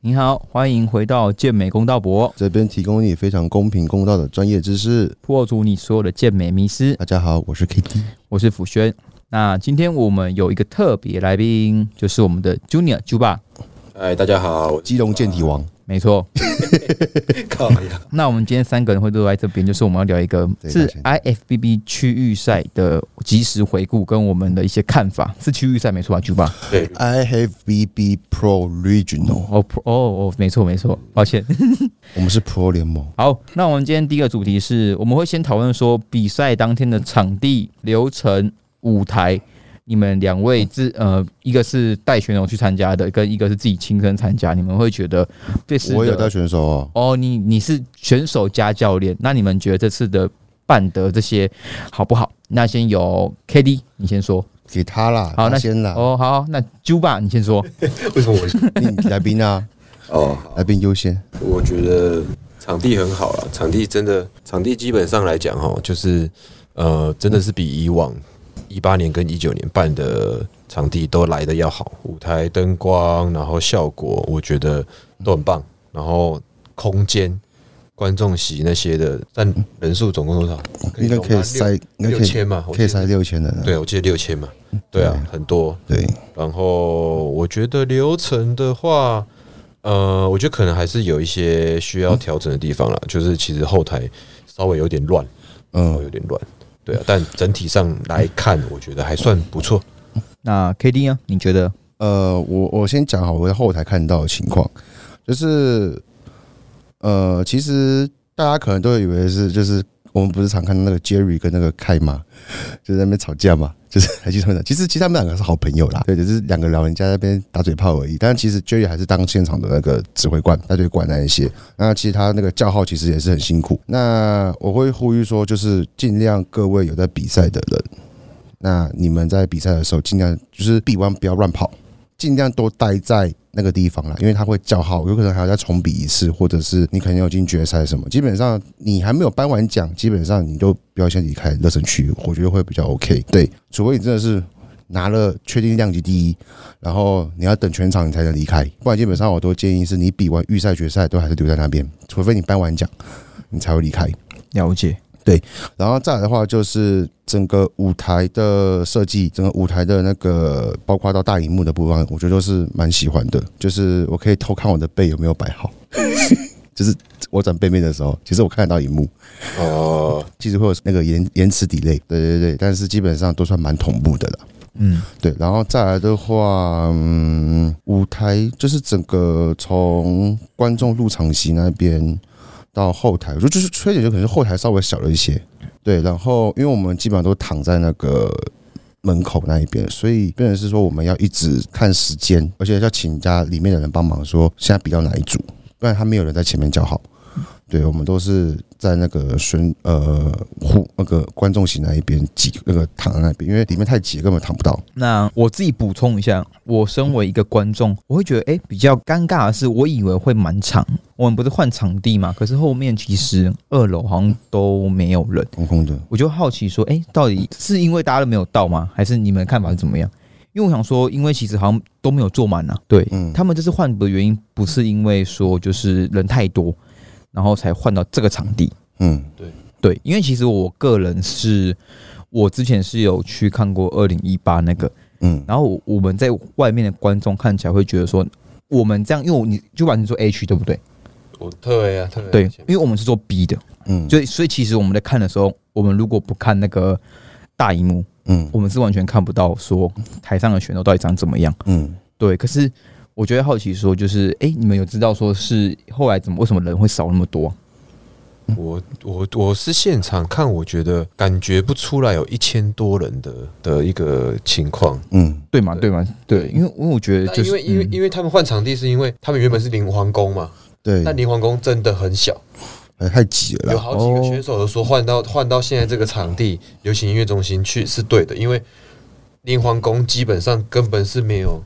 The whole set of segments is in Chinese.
您好，欢迎回到健美公道博，这边提供你非常公平公道的专业知识。破除你所有的健美迷思。大家好，我是 Kitty。我是辅轩。那今天我们有一个特别来宾，就是我们的 Junior 猪爸，哎，大家好，我基隆健体王，没错。 靠呀！那我们今天三个人会都在这边，就是我们要聊一个对是大神 IFBB 区域赛的即时回顾，跟我们的一些看法。是区域赛没错吧，猪爸？对， I have BB Pro Regional，哦，pro- 哦哦，没错没错，抱歉。我们是 Pro 联盟。好，那我们今天第一个主题是，我们会先讨论说比赛当天的场地、流程、舞台。你们两位自呃，一个是带选手去参加的，跟一个是自己亲身参加，你们会觉得这次的我有带选手哦，哦，你你是选手加教练，那你们觉得这次的办的这些好不好？那先由 K D 你先说。给他啦，好，那他先啦，哦，好，那 j u b a 你先说。为什么我你来宾啊，哦？好来宾优先。我觉得场地很好了，场地真的，场地基本上来讲哈，就是呃，真的是比以往一八年跟一九年办的场地都来的要好，舞台灯光，然后效果，我觉得都很棒，然后空间。观众席那些的，但人数总共多少？应该可以塞，应该六可以千嘛，我可以记得塞。六千人啊。对，我记得六千嘛。对啊，很多。对，然后我觉得流程的话，呃，我觉得可能还是有一些需要调整的地方啦，就是其实后台稍微有点乱，稍微有嗯，点乱，对啊，但整体上来看，我觉得还算不错。那 K D 呢？你觉得？呃，我我先讲好我在后台看到的情况，就是呃，其实大家可能都会以为是就是我们不是常看到那个 Jerry 跟那个凯嘛，就在那边吵架嘛，就是还记得吗？其实其实他们两个是好朋友啦，对，只是两个老人家在那边打嘴炮而已。但其实 Jerry 还是当现场的那个指挥官、带队官那一些。那其实他那个叫号其实也是很辛苦。那我会呼吁说，就是尽量各位有在比赛的人，那你们在比赛的时候尽量就是臂弯不要乱跑，尽量多待在那个地方啦，因为他会叫号，有可能还要再重比一次，或者是你可能有进决赛什么。基本上你还没有颁完奖，基本上你就不要先离开热身区，我觉得会比较 OK。对，除非你真的是。拿了确定量级第一，然后你要等全场你才能离开，不然基本上我都建议是你比完预赛、决赛都还是留在那边，除非你颁完奖，你才会离开。了解。然后再来的话，就是整个舞台的设计，整个舞台的那个，包括到大荧幕的部分，我觉得都是蛮喜欢的。就是我可以偷看我的背有没有摆好， 就是我转背面的时候，其实我看得到荧幕，哦、其实会有那个延延迟 delay，对对对，但是基本上都算蛮同步的啦。嗯，对，然后再来的话，嗯，舞台就是整个从观众入场席那边到后台，我觉得就是缺点就可能是后台稍微小了一些。对，然后因为我们基本上都躺在那个门口那一边，所以变成是说我们要一直看时间，而且要请家里面的人帮忙说现在比到哪一组，不然他没有人在前面叫好。对，我们都是在那个宣呃户那个观众席那一边挤那个躺在那边，因为里面太挤了根本躺不到。那我自己补充一下，我身为一个观众，我会觉得诶比较尴尬的是，我以为会满场，我们不是换场地嘛，可是后面其实二楼好像都没有人，空空的，我就好奇说，诶，到底是因为大家都没有到吗？还是你们的看法是怎么样？因为我想说，因为其实好像都没有坐满啊，对、嗯他们这次换的原因不是因为说就是人太多，然后才换到这个场地，嗯对，因为其实我个人是。我之前是有去看过二零一八那个，嗯，然后我我们在外面的观众看起来会觉得说，我们这样，因为我你就完全说 H 对不对？我特 A 啊，特 A 对前，面因为我们是做 B 的，嗯，所以所以其实我们在看的时候，我们如果不看那个大荧幕，嗯我们是完全看不到说台上的选手到底长怎么样。嗯对，可是我觉得好奇说，就是哎、诶你们有知道说是后来怎么为什么人会少那么多啊、我我我是现场看，我觉得感觉不出来有一千多人的的一个情况。嗯对嘛？对对嘛？对，因为因为我觉得那就是因为因为嗯因为他们换场地是因为他们原本是灵皇宫嘛，对，但灵皇宫真的很小，哎太挤了有啦，好几个选手都说换到换到现在这个场地流行音乐中心去是对的，因为林皇宫基本上根本是没有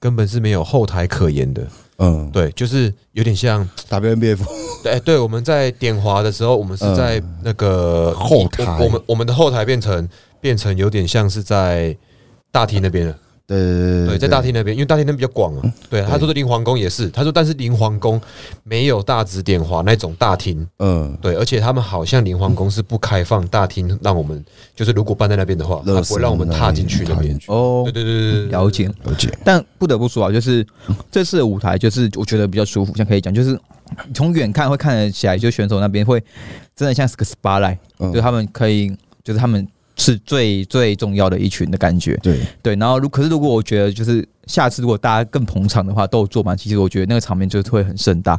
根本是没有后台可言的。嗯对，就是有点像， ，WNBF 哎，对，我们在点华的时候，我们是在那个嗯后台我我们我们的后台变成变成有点像是在大厅那边了。对对嗯对，在大厅那边，因为大厅那边比较广啊。对，他说的林皇宫也是，他说但是林皇宫没有大紫点华那种大厅，嗯，对，而且他们好像林皇宫是不开放大厅，让我们就是如果办在那边的话，他勒不死会让我们踏进去那踏边进。去哦对，对对对对，了解。了解，但不得不说啊，就是这次的舞台，就是我觉得比较舒服，像可以讲，就是从远看会看得起来，就选手那边会真的像是个 spotlight，、嗯就是他们可以，就是他们是最最重要的一群的感觉。对，对，然后如可是如果我觉得就是下次如果大家更捧场的话，都有做满，其实我觉得那个场面就是会很盛大，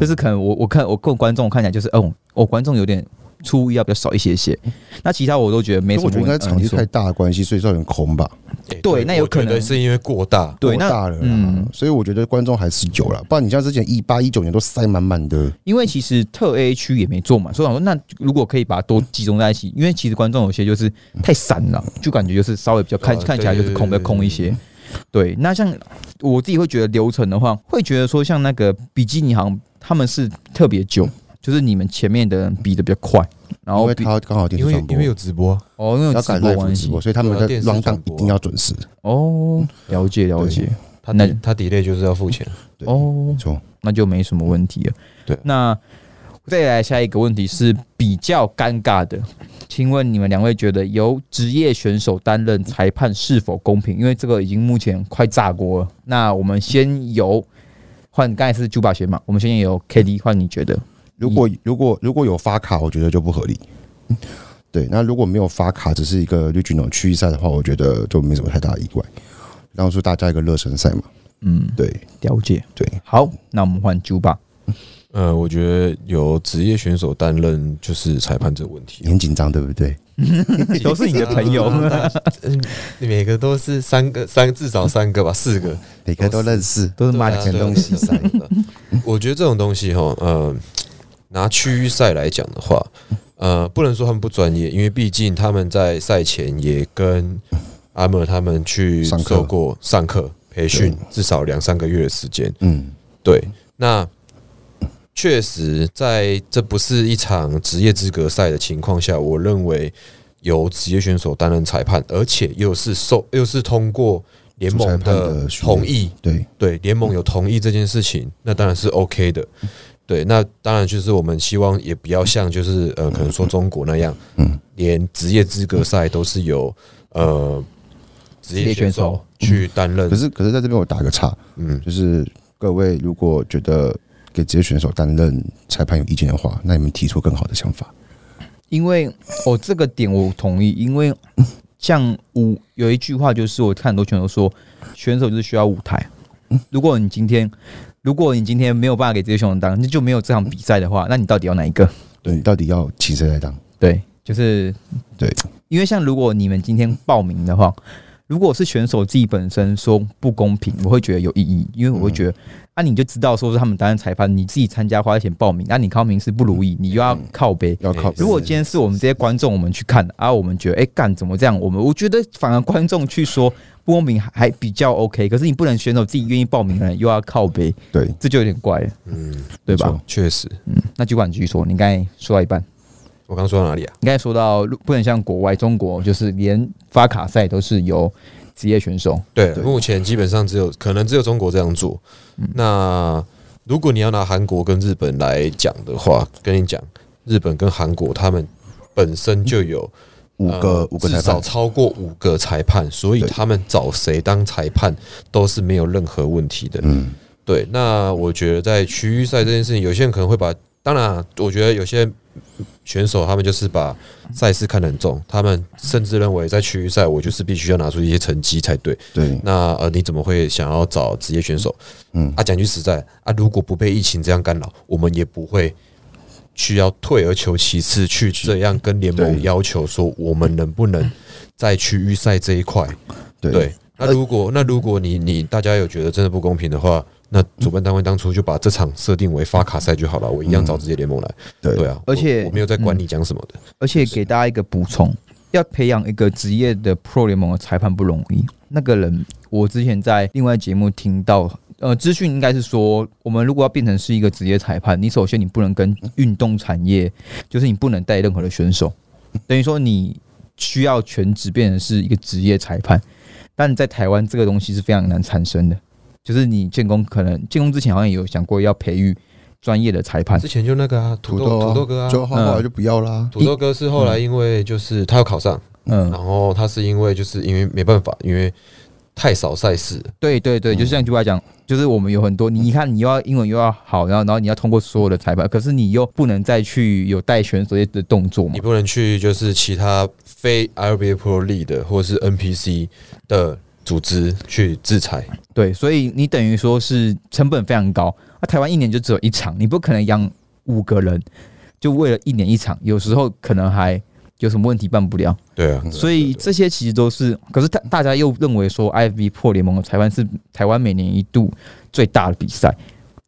就是可能我我看我跟观众看起来就是，哦，我、观众有点出意要比较少一些些，那其他我都觉得没因什为么我觉问得题。应该嗯场你地说太大的关系，所以造成空吧，哎对那有我觉可能得是因为过大。对，过那大了，嗯嗯，所以我觉得观众还是有了，不然你像之前一八一九年都塞满满的，因为其实特 A 区也没做嘛，所以我想说那如果可以把它都集中在一起，因为其实观众有些就是太散了，就感觉就是稍微比较看啊看起来就是空比对较空一些。对，那像我自己会觉得流程的话，会觉得说像那个比基尼行他们是特别久，就是你们前面的人比的比较快，然因后为比他刚好电因视为转播因为，有直播，哦那种要赶直播 live 关直系播，所以他们对啊的电视 round 转 down 播一定要准时，哦，了解了解他那他抵赖就是要付钱。对哦没，错，那就没什么问题了。对那再来下一个问题是比较尴尬的，请问你们两位觉得由职业选手担任裁判是否公平？因为这个已经目前快炸锅了。那我们先由换，刚才是九把鞋嘛，我们先由 K D 换，你觉得？如果嗯如果如果有发卡，我觉得就不合理。嗯对，那如果没有发卡，只是一个绿军种哦区域赛的话，我觉得就没什么太大的意外，当初大家一个热身赛嘛。嗯，对了解。对，好，那我们换九把。嗯呃，我觉得有职业选手担任就是裁判这个问题你，很紧张对不对？ 都是你的朋 友嗯，每个都是三个，三至少三个吧，四个每个都认识，都是骂对啊你的东西对啊对啊对啊对啊 我觉得这种东西哈，呃，拿区域赛来讲的话，呃，不能说他们不专业，因为毕竟他们在赛前也跟阿莫他们去上课受过上课培训，至少两三个月的时间。嗯，对，那确实在这不是一场职业资格赛的情况下，我认为由职业选手担任裁判，而且又是受又是通过联盟主裁判的训练同意，对，对联盟有同意这件事情，那当然是 OK 的。对，那当然就是我们希望也不要像就是呃，可能说中国那样，嗯，连职业资格赛都是由呃职职业业选选手手去担任可，是可是在这边我打个岔，嗯，就是各位如果觉得给职业选手担任裁判有意见的话，那你们提出更好的想法。因为哦，这个点我同意，因为像舞有一句话就是，我看很多选手说，选手就是需要舞台。如果你今天，如果你今天没有办法给这些选手当，那就没有这场比赛的话，那你到底要哪一个？对，你到底要请谁来当？对，就是对，因为像如果你们今天报名的话，如果是选手自己本身说不公平，我会觉得有意义，因为我会觉得、啊，你就知道说是他们担任裁判，你自己参加花钱报名，那、啊你靠名次不如意，你又要靠背，要靠哎如果今天是我们这些观众，我们去看啊，我们觉得哎干、怎么这样？我们我觉得反而观众去说不公平还还比较 OK，可是你不能选手自己愿意报名的人又要靠背，对这就有点怪了，嗯，对没吧错？确实，那主管继续说，你刚才说到一半，我刚说到哪里啊？你刚才说到如不能像国外中国，就是连发卡赛都是由职业选手，对，目前基本上只有可能只有中国这样做。那如果你要拿韩国跟日本来讲的话，跟你讲，日本跟韩国他们本身就有五呃个五个至裁少判，超过五个裁判，所以对他们找谁当裁判都是没有任何问题的。嗯，对，那我觉得在区域赛这件事情，有些人可能会把，当然啊，我觉得有些选手他们就是把赛事看得很重，他们甚至认为在区域赛我就是必须要拿出一些成绩才对。对，那呃，你怎么会想要找职业选手？嗯啊，讲句实在啊，如果不被疫情这样干扰，我们也不会需要退而求其次去这样跟联盟对要求说，我们能不能在区域赛这一块？对对，那如果那如果你你大家有觉得真的不公平的话，那主办单位当初就把这场设定为发卡赛就好了，我一样找职业联盟来。对对啊，而且我我没有在管你讲什么的。而且给大家一个补充，要培养一个职业的 Pro 联盟的裁判不容易。那个人，我之前在另外节目听到，呃，资讯应该是说，我们如果要变成是一个职业裁判，你首先你不能跟运动产业，就是你不能带任何的选手，等于说你需要全职变成是一个职业裁判。但在台湾这个东西是非常难产生的，就是你建工可能建工之前好像也有想过要培育专业的裁判之，前就那个啊，土豆豆土豆哥啊，嗯就后来就不要啦。土豆哥是后来因为就是他要考上，嗯，然后他是因为就是因为没办法，因为太少赛事了，对对对，就像句话讲，就是我们有很多，你你看你又要英文又要好，然后然后你要通过所有的裁判，可是你又不能再去有带选手的动作嘛你，不能去就是其他非 LBA Pro League 的或是 NPC 的组织去制裁，对，所以你等于说是成本非常高。那、台湾一年就只有一场，你不可能养五个人，就为了一年一场，有时候可能还有什么问题办不了。对啊，所以这些其实都是，可是大大家又认为说 IFB 破联盟的裁判是台湾每年一度最大的比赛，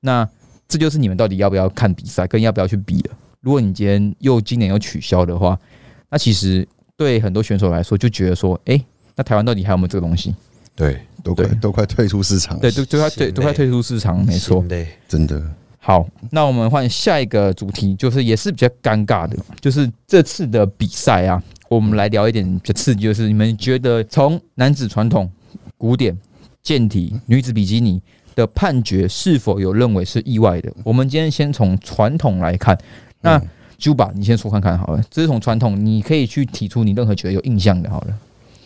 那这就是你们到底要不要看比赛，跟要不要去比了。如果你今天又今年又取消的话，那其实对很多选手来说就觉得说，诶，那台湾到底还有没有这个东西？对，都快对都快退出市场了，对，都都快退心都快累退出市场，没错心。累真的好，那我们换下一个主题，就是也是比较尴尬的，就是这次的比赛啊，我们来聊一点比较刺激，就是你们觉得从男子传统、古典、健体、女子比基尼的判决是否有认为是意外的？我们今天先从传统来看，那 Juba，你先说看看好了。这是从传统，你可以去提出你任何觉得有印象的，好了。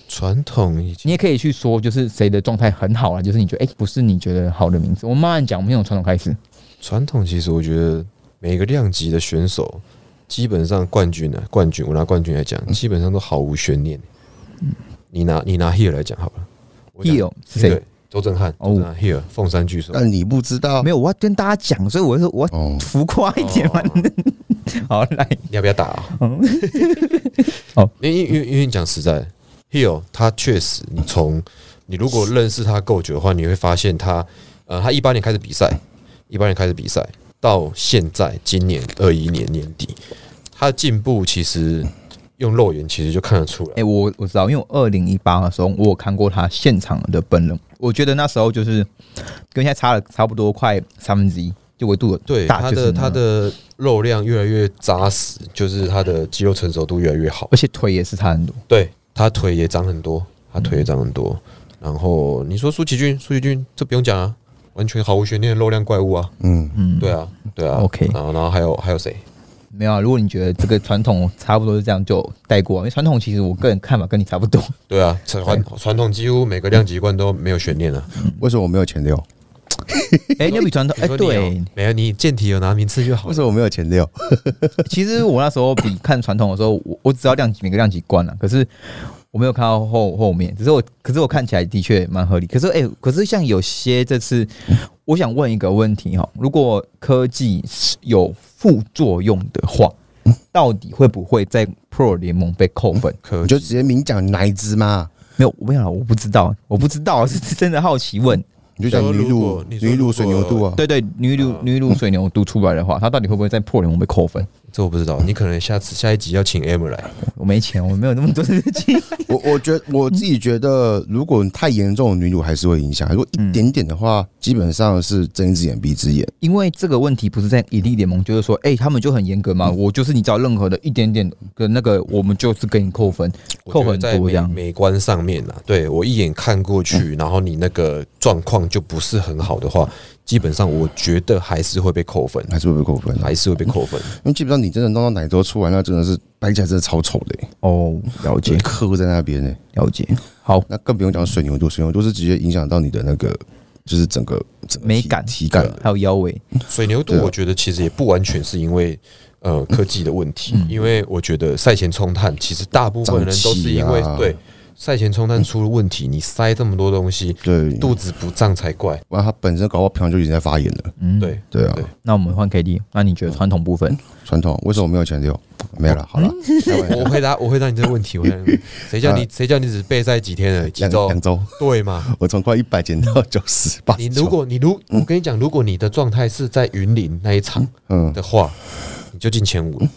传统已经你也可以去说，就是谁的状态很好啊，就是你觉得哎、不是你觉得好的名字。我们慢慢讲，我们先从传统开始。传统其实我觉得每个量级的选手，基本上冠军呢、啊，冠军我拿冠军来讲，嗯基本上都毫无悬念。你拿你拿 Here 来讲好了我讲 Hill 是谁？对周震撼，哦周震撼 Here 凤山巨兽。但你不知道没有，我要跟大家讲，所以我就说我要哦，浮夸一点嘛。 好，来，你要不要打、啊？ 哦哦，因因因为因为你讲实在，Hill 他确实，你从你如果认识他够久的话，你会发现他，呃，他一八年开始比赛，一八年开始比赛到现在今年二一年年底，他的进步其实用肉眼其实就看得出哎、来。我我知道，因为我二零一八的时候，我有看过他现场的本人，我觉得那时候就是跟现在差了差不多快三分之一，就维度有对大他就是的那他的肉量越来越扎实，就是他的肌肉成熟度越来越好。而且腿也是差很多。对他腿也长很多，他腿也长很多。然后你说舒淇君，舒淇君这不用讲啊，完全毫无悬念的肉量怪物啊，嗯，嗯，对啊，对啊。 OK 然后然后还有还有谁？没有、啊。如果你觉得这个传统差不多是这样，就带过、啊。因为传统其实我个人看法跟你差不多。对啊，哎传传统几乎每个量级冠都没有悬念啊。为什么我没有前六？哎、你要比传统哎、你说你对有，，没有你健体有拿名次就好为了。什么我没有前六？其实我那时候比看传统的时候，我我只知道量级每个量级关了，可是我没有看到后后面。只是我，可是我看起来的确蛮合理。可是哎、可是像有些这次，我想问一个问题哈：如果科技是有副作用的话，到底会不会在 Pro 联盟被扣分？可你就直接明讲哪一支嘛，没有，我没有啦，我不知道，我不知道，是是真的好奇问。你就讲你说女如乳果呃你说女乳水牛肚啊，对对，女乳女乳水牛都出来的话，它到底会不会在 Pro 联盟被扣分？这我不知道，你可能下次下一集要请 M 来。我没钱，我没有那么多事情。我我觉得我自己觉得，如果太严重的女乳还是会影响，如果一点点的话，基本上是睁一只眼闭一只眼。因为这个问题不是在以利联盟，就是说，哎、他们就很严格嗯嘛，我就是你找任何的一点点的那个，我们就是给你扣分，我扣觉得很在多这美样。嗯美观上面啊，对我一眼看过去，然后你那个状况就不是很好的话，基本上我觉得还是会被扣分，嗯还是会被扣分啊，还是会被扣分。因为基本上你真的弄到奶头出来，那真的是掰起来真的超丑的、欸，哦，了就解，刻在那边呢、欸了解。好，那更不用讲水牛肚，水牛肚是直接影响到你的那个，就是整个整个美体感体感的。还有腰围，水牛肚，对啊我觉得其实也不完全是因为呃科技的问题，嗯因为我觉得赛前冲碳其实大部分人都是因为胀气啊嗯对赛前冲碳出了问题，你塞这么多东西，对，肚子不胀才怪。不然它本身搞不好平常就已经在发炎了。嗯，。对，嗯对啊，对那我们换 KD，那你觉得传统部分？传统为什么没有前六？没嗯有了，好了，开玩笑我回答我回答你这个问题，我回答 你谁叫你谁叫你只是备赛几天而已， 几啊两周两周， 对嘛？我从快一百减到九十八。你如果你如我跟你讲，如果你的状态是在云林那一场嗯，的话，你就进前五了，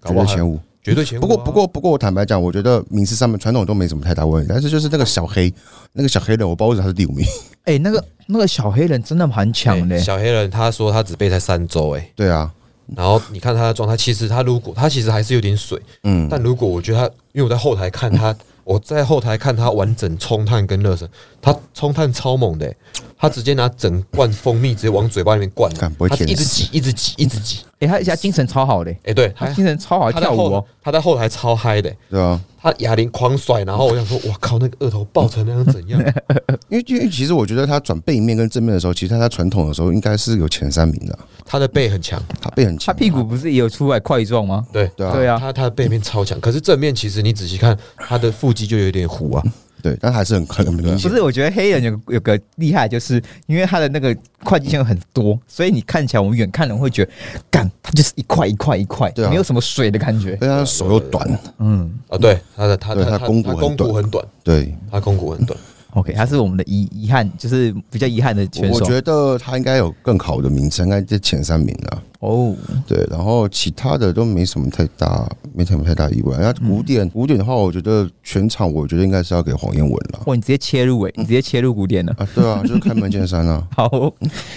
搞绝不对好前五。绝对前五啊。不过，不过，不过，我坦白讲，我觉得名次上面传统都没什么太大问题，但是就是那个小黑，那个小黑人，我不知道为什么他是第五 名。哎、那个那个小黑人真的蛮强的、欸小黑人他说他只备赛三周，哎，对啊，然后你看他的状态，其实他如果他其实还是有点水，嗯，但如果我觉得他，因为我在后台看他我在后台看他完整冲碳跟热身，他冲碳超猛的欸、他直接拿整罐蜂蜜直接往嘴巴里面灌，干不会他是甜一直死挤，一直挤，一直挤。哎、他他精神超好的、哎、对他他精神超好，他在跳舞哦后、他在后台超嗨的欸、对啊，他哑铃狂甩，然后我想说，哇靠，那个额头爆成那样 怎样？因为因为其实我觉得他转背面跟正面的时候，其实他在传统的时候应该是有前三名的啊，他的背很强，他背很他强，屁股不是也有出来块状吗？对对啊对啊，他他的背面超强，可是正面其实你仔细看，他的腹肌就有点虎啊，对，但还是很很明不显。是，我觉得黑人有个有个厉害，就是因为他的那个会计线很多，所以你看起来我们远看人会觉得，干，它就是一块一块一块，对啊没有什么水的感觉。但他手又短，嗯啊，对，他的他对他他肱骨他很肱骨短很短，对，他肱骨很短， ，OK，他是我们的遗遗憾，就是比较遗憾的我选我手觉得他应该有更好的名称，应该在前三名啊。哦。对，然后其他的都没什么太大，没什么太大意外。那古典、古典的话，我觉得全场我觉得应该是要给黄燕文了哦哇，你直接切入诶、欸你直接切入古典了。啊，对啊，就是开门见山啊， 好，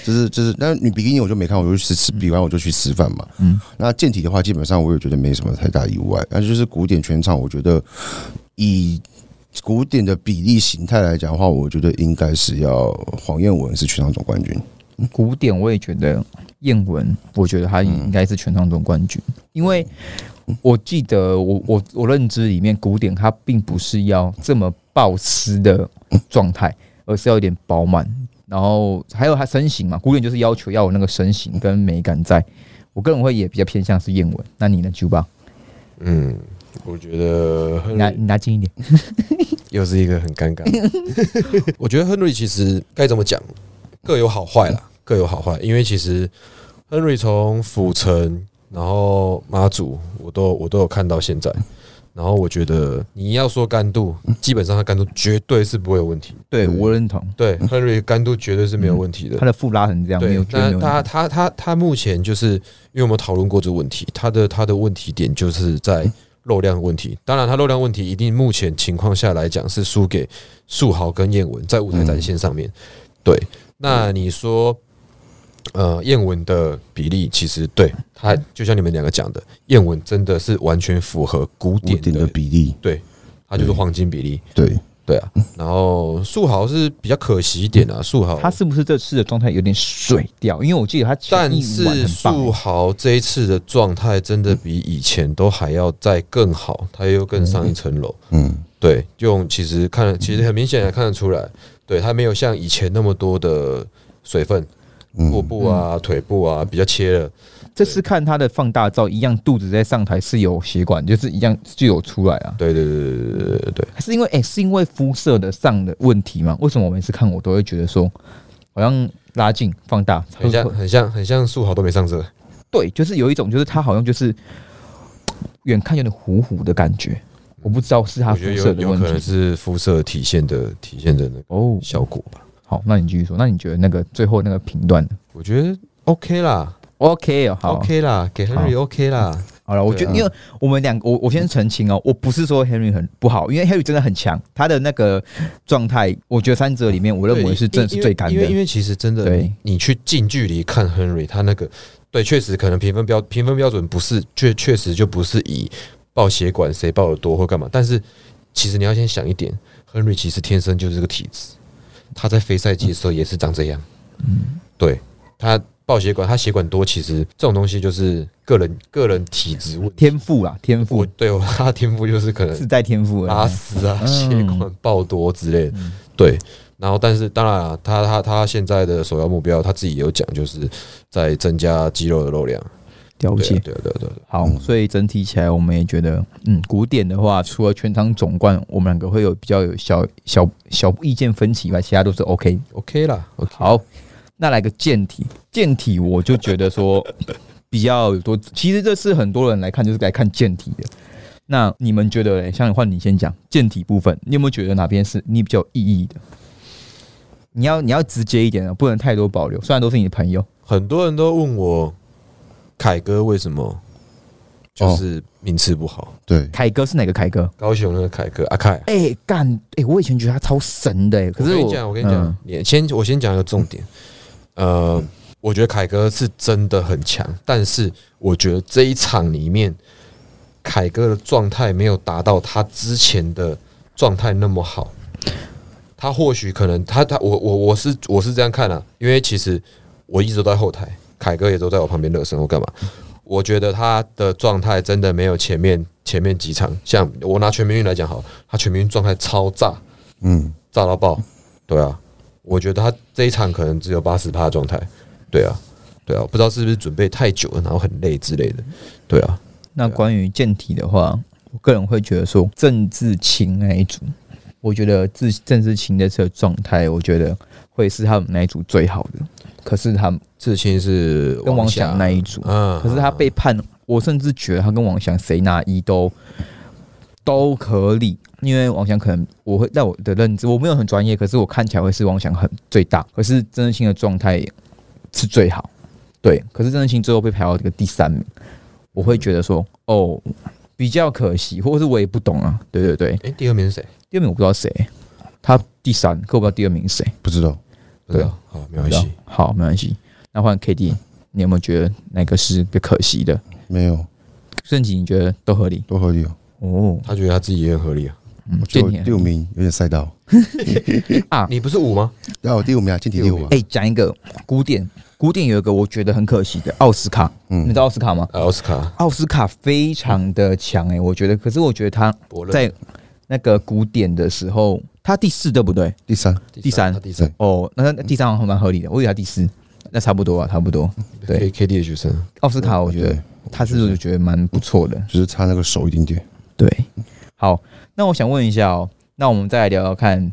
就是就是。但是女比基尼我就没看，我就去吃吃比完我就去吃饭嘛。嗯嗯，那健体的话，基本上我也觉得没什么太大意外。那就是古典全场，我觉得以古典的比例形态来讲的话，我觉得应该是要黄燕文是全场总冠军。古典我也觉得燕文，我觉得他应该是全场总冠军，因为我记得我我我认知里面，古典它并不是要这么暴湿的状态，而是要有点饱满，然后还有它身形嘛，古典就是要求要有那个身形跟美感在。我个人会也比较偏向是燕文，那你呢，九吧？嗯。我觉得你亨拿利你拿近一点，又是一个很尴尬。 我觉得亨利其实该怎么讲，各有好坏啦，各有好坏。因为其实亨利从府城，然后马祖，我都我都有看到现在。然后我觉得你要说干度，基本上他干度绝对是不会有问题。对我认同，对，亨利干度绝对是没有问题的他。的腹拉成这样，没对有，绝对那没有他他他他目前就是因为我们讨论过这个问题，他的他的问题点就是在肉量问题。当然，他肉量问题一定目前情况下来讲是输给素豪跟燕文在舞台展现上面。对，那你说，呃，燕文的比例其实对他就像你们两个讲的，燕文真的是完全符合古古典典的的比例，对，他就是黄金比例。对，对啊，然后素豪是比较可惜一点啊，素豪他是不是这次的状态有点水掉？因为我记得他前但一晚是很棒欸素豪这一次的状态真的比以前都还要再更好，他又更上一层楼。嗯，对，用其实看，其实很明显的看得出来，对他没有像以前那么多的水分，嗯嗯腹部啊、腿部啊比较切了。这次看他的放大照，一样肚子在上台是有血管，就是一样就有出来啊。对对对对对对对对，是因为哎、诶是因为肤色的上的问题吗？为什么我每次看我都会觉得说，好像拉近放大，很像很像很像素豪都没上色。对，就是有一种就是他好像就是远看有点糊糊的感觉，我不知道是他嗯我肤觉得有色的有可问能题。是肤色体现的体现的那个哦，效果吧。好，那你继续说，那你觉得那个最后那个评断呢我觉得 OK 啦 OK 哦，好嗯，OK 啦，给 Henry OK 啦。好了，我觉得，啊因为我们两个，我我先澄清哦，我不是说 Henry 很不好，因为 Henry 真的很强，他的那个状态，我觉得三者里面，我认为对是因真的是因为最干因为因的。为其实真的，对你你去近距离看 Henry，他那个对，确实可能评分标评分标准不是确确实就不是以爆血管谁爆的多或干嘛，但是其实你要先想一点，Henry 其实天生就是这个体质，他在非赛季的时候也是长这样，对他爆血管，他血管多，其实这种东西就是个人个人体质问题。天赋啦，天我赋对我 他的天赋就是可能是在天赋拉了。丝啊、嗯血管爆多之类的。对，然后但是当然啊，他他他现在的首要目标，他自己有讲，就是在增加肌肉的肉量。了对啊解。对啊对啊对啊对啊好，所以整体起来，我们也觉得，嗯，古典的话，除了全场总冠，我们两个会有比较有小小小意见分歧以外，其他都是 OK。 ，OK 啦，OK。好，那来个健体，健体我就觉得 说比较有多，其实这次很多人来看就是来看健体的。那你们觉得嘞？像换你先讲健体部分，你有没有觉得哪边是你比较有意义的？你要你要直接一点啊，不能太多保留。虽然都是你的朋友，很多人都问我，凯哥为什么就是名次不好？对，凯哥是哪个凯哥？高雄那个凯哥阿凯。哎、干哎、我以前觉得他超神的、哎，可是我跟你讲，我跟你讲，你先我先讲一个重点。呃，我觉得凯哥是真的很强，但是我觉得这一场里面，凯哥的状态没有达到他之前的状态那么好，他或许可能他他我我我是我是这样看啊，因为其实我一直都在后台，凯哥也都在我旁边热身，我干嘛？我觉得他的状态真的没有前面前面几场，像我拿全民运来讲好了，他全民运状态超炸，嗯，炸到爆，对啊，我觉得他这一场可能只有八十趴的状态，对啊，对啊，不知道是不是准备太久了，然后很累之类的，对啊，那对啊关于健体的话，我个人会觉得说郑志勤那一组，我觉得郑郑志勤这次的状态，我觉得会是他们那一组最好的。可是他志清是跟王翔那一组，嗯可是他被判，我甚至觉得他跟王翔谁拿一都都合理，因为王翔可能我会在我的认知，我没有很专业，可是我看起来会是王翔很最大，可是郑志清的状态是最好，对，可是郑志清最后被排到这个第三名，我会觉得说哦比较可惜，或者是我也不懂啊，对对对，哎、第二名是谁？第二名我不知道谁，他第三，可我不知道第二名是谁，不知道。对啊，好，没关不知道系。好，没关系，那换 K D，你有没有觉得哪个是比较可惜的？没有，顺吉你觉得都合理？多合理哦。哦，他觉得他自己也很合理啊。嗯我觉得健体第五名有点赛道。你不是五吗？然后第五名啊，进体第五啊。哎，讲一个古典，古典有一个我觉得很可惜的奥斯卡，嗯你知道奥斯卡吗？啊奥斯卡奥斯卡非常的强哎、我觉得，可是我觉得他伯乐在那个古典的时候，他第四对不对？第三，第三他第三啊哦，那那第三好像蛮合理的，我以为他第四，那差不多啊，差不多。对，K K D 的学生，奥斯嗯卡我觉得对他是我觉得蛮不错的，就是差那个手一点点。对。好，那我想问一下哦，那我们再来聊聊看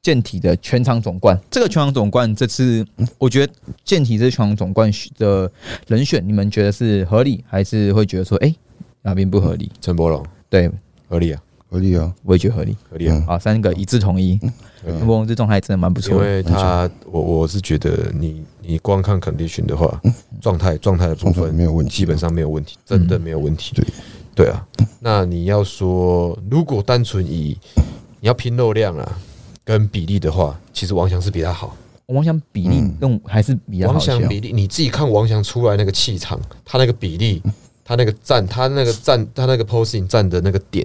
健体的全场总冠。这个全场总冠这次，我觉得健体这全场总冠的人选，你们觉得是合理，还是会觉得说，哎、哪边不合理？陈柏龙对，合理啊，合理啊，我也觉得合理。合理啊，嗯好，三个一致同意，合理啊陈柏宏这状态真的蛮不因错的。为他我我是觉得你你光看 condition 的嗯话，状态状态的部状态分没有问题啊基本上没有问题，真的没有问嗯题。对对啊，那你要说如果单纯以你要拼肉量啊跟比例的话，其实王翔是比他好。王翔比例嗯用还是比较好王一些哦翔比例，你自己看王翔出来那个气场，他那个比例，他那个站，他那个站，他那个 posing 站的那个点，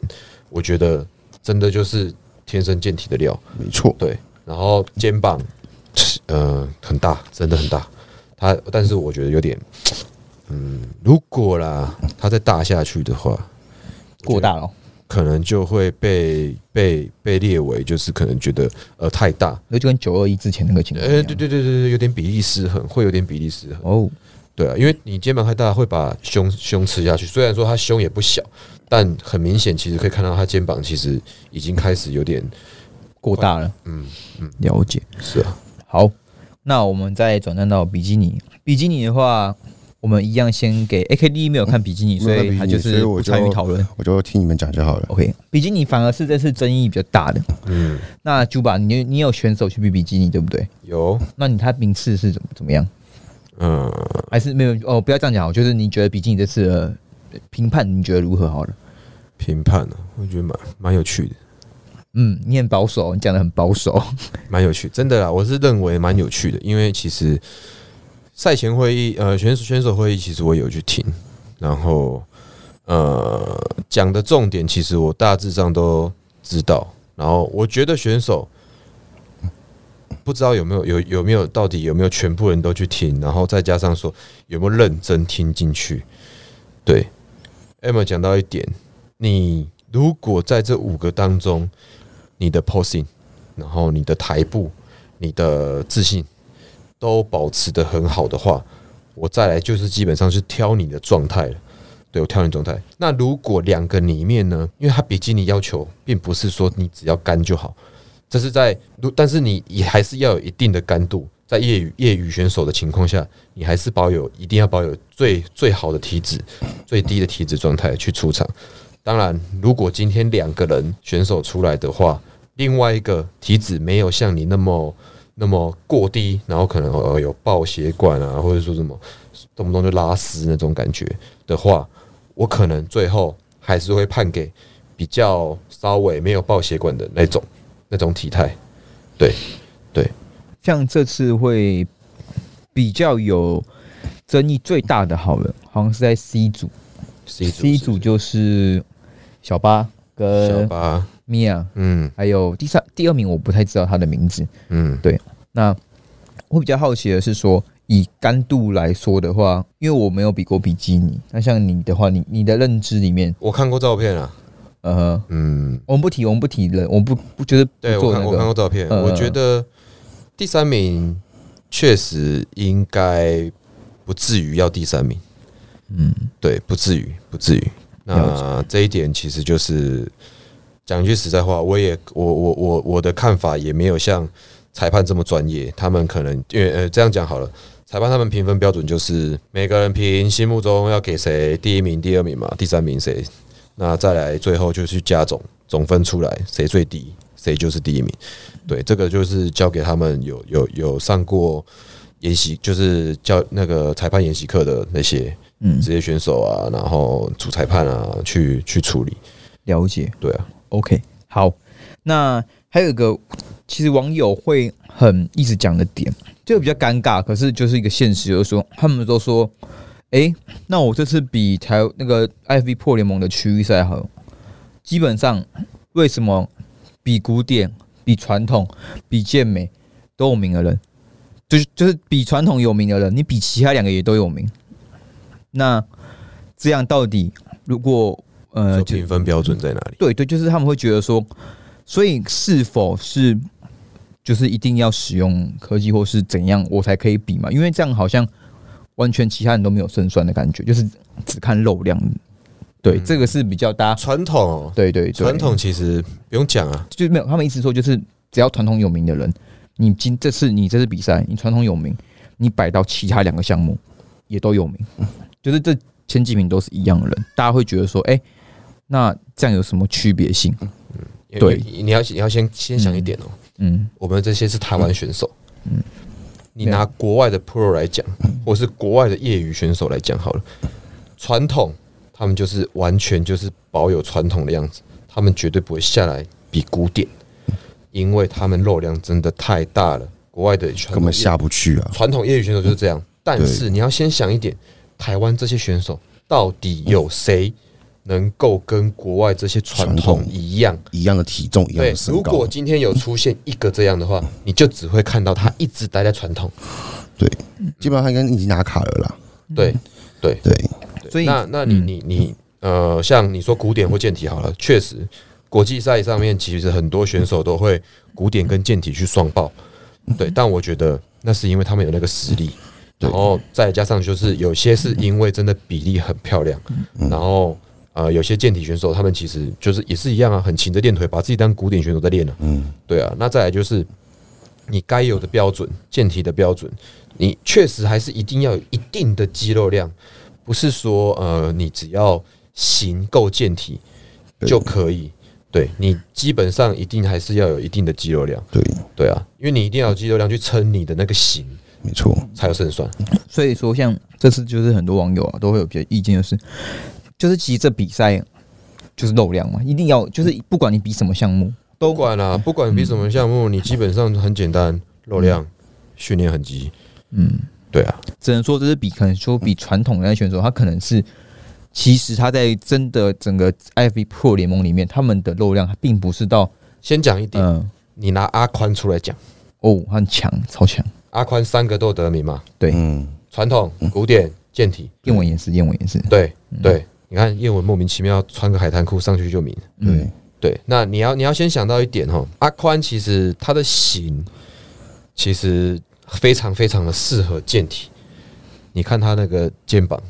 我觉得真的就是天生健体的料。没错。对，然后肩膀，呃，很大，真的很大。他，但是我觉得有点，嗯，如果啦，他再大下去的话，过大了，哦可能就会被被被列为就是可能觉得呃太大，那就跟九二一之前那个情况一呃，样。对对对对对，有点比例失衡，会有点比例失衡。哦，对啊，因为你肩膀太大，会把胸胸吃下去。虽然说他胸也不小，但很明显，其实可以看到他肩膀其实已经开始有点，过大了，嗯嗯，了解。是啊，好，那我们再转战到比基尼。比基尼的话，我们一样先给 AKD 没有看比基尼，嗯没所有看比以基尼他就所是以我不就参与讨论。我就听你们讲就好了。 OK，比基尼反而是这次争议比较大的。嗯，那 j 吧，你你有选手去比比基尼对不对？有，那你他名次是怎么怎么样？嗯，还是没有哦？不要这样讲哦，就是你觉得比基尼这次的评判你觉得如何好了？评判呢、我觉得蛮蛮有趣的，嗯，你很保守，你讲的很保守。 蛮有趣，真的啦，我是认为蛮有趣的，因为其实赛前会议，呃，选手选手会议，其实我有去听，然后呃，讲的重点其实我大致上都知道，然后我觉得选手不知道有没有有有没有到底有没有全部人都去听，然后再加上说有没有认真听进去，对，Emma 讲到一点，你如果在这五个当中，你的 posing。然后你的台步、你的自信都保持的很好的话，我再来就是基本上是挑你的状态了。对我挑你状态。那如果两个里面呢，因为它比基尼要求并不是说你只要干就好，这是在如，但是你也还是要有一定的干度。在业余业余选手的情况下，你还是保有一定要保有最最好的体脂、最低的体脂状态去出场。当然，如果今天两个人选手出来的话，另外一个体脂没有像你那么那么过低，然后可能呃有爆血管啊，或者说什么动不动就拉丝那种感觉的话，我可能最后还是会判给比较稍微没有爆血管的那种那种体态。对对，像这次会比较有争议最大的，好了，好像是在 C 组。 C 组 C 组就是小巴小跟巴 Mia，嗯还有第三第二名我不太知道他的名字。嗯，那我比较好奇的是说，以干度来说的话，因为我没有比过比基尼，那像你的话，你你的认知里面，我看过照片啊，呃，嗯，我们不提，我们不提人，我们不不觉得对不我做看那我看个过照片，嗯我觉得第三名确实应该不至于要第三名，嗯，对，不至于，不至于。那这一点其实就是讲句实在话，我也我我我我的看法也没有像裁判这么专业，他们可能因为呃这样讲好了。裁判他们评分标准就是每个人评心目中要给谁第一名、第二名嘛，第三名谁，那再来最后就去加总总分出来，谁最低谁就是第一名。对，这个就是交给他们有有有上过研习，就是教那个裁判研习课的那些嗯职业选手啊，然后主裁判啊去去处理。了解。对啊， OK，好，那还有一个，其实网友会很一直讲的点，这个比较尴尬，可是就是一个现实，就是说他们都说，诶，那我这次比台那个 IFB 破联盟的区域赛好，基本上为什么比古典、比传统、比健美都有名的人，就是就是比传统有名的人，你比其他两个也都有名，那这样到底如果呃呃，就评分标准在哪里？对对，就是他们会觉得说，所以是否是就是一定要使用科技或是怎样我才可以比嘛？因为这样好像完全其他人都没有胜算的感觉，就是只看肉量。对，嗯这个是比较大家传统哦，对对对传统其实不用讲啊，就是没有他们意思说就是只要传统有名的人，你今这次你这次比赛你传统有名，你摆到其他两个项目也都有名，嗯就是这前几名都是一样的人，大家会觉得说，哎、那这样有什么区别性？嗯因为对你你要你要先先想一点哦，嗯。我们这些是台湾选手，嗯你对啊拿国外的 pro 来讲，或是国外的业余选手来讲好了，传统他们就是完全就是保有传统的样子，他们绝对不会下来比古典，因为他们肉量真的太大了。国外的传根统业本下不去啊。传统业余选手就是这样。但是你要先想一点，台湾这些选手到底有谁能够跟国外这些传统传统一样？一样的体重，一样对的，身如高果，今天有出现一个这样的话，你就只会看到他一直待在传统。对，基本上他应该已经拿卡了啦。对对，对，所以嗯那那你你你呃，像你说古典或健体好了，确实国际赛上面其实很多选手都会古典跟健体去双爆，嗯对，但我觉得那是因为他们有那个实力，然后再加上就是有些是因为真的比例很漂亮，嗯然后。呃，有些健体选手，他们其实就是也是一样啊，很勤着练腿，把自己当古典选手在练啊。嗯，对啊，那再来就是你该有的标准，健体的标准，你确实还是一定要有一定的肌肉量，不是说呃你只要型够健体对就可以。对你基本上一定还是要有一定的肌肉量，对，对啊，因为你一定要有肌肉量去撑你的那个型没错，才有胜算。所以说，像这次就是很多网友啊都会有比较意见，就是就是其实这比赛就是肉量嘛，一定要就是不管你比什么项目不都管啦、不管比什么项目，你基本上很简单，肉量、训练痕迹，嗯，对啊，只能说这是比可能说比传统的那些选手，他可能是其实他在真的整个 IFB Pro 联盟里面，他们的肉量并不是到先讲一点，嗯、你拿阿宽出来讲，哦很强超强，阿宽三个都有得名嘛，嗯，传统、古典、健体，燕文也是燕文也是，对对，你看叶文莫名其妙穿个海滩裤上去就明。对，对，那你要你要先想到一点哈，阿宽其实他的型其实非常非常的适合健体，你看他那个肩膀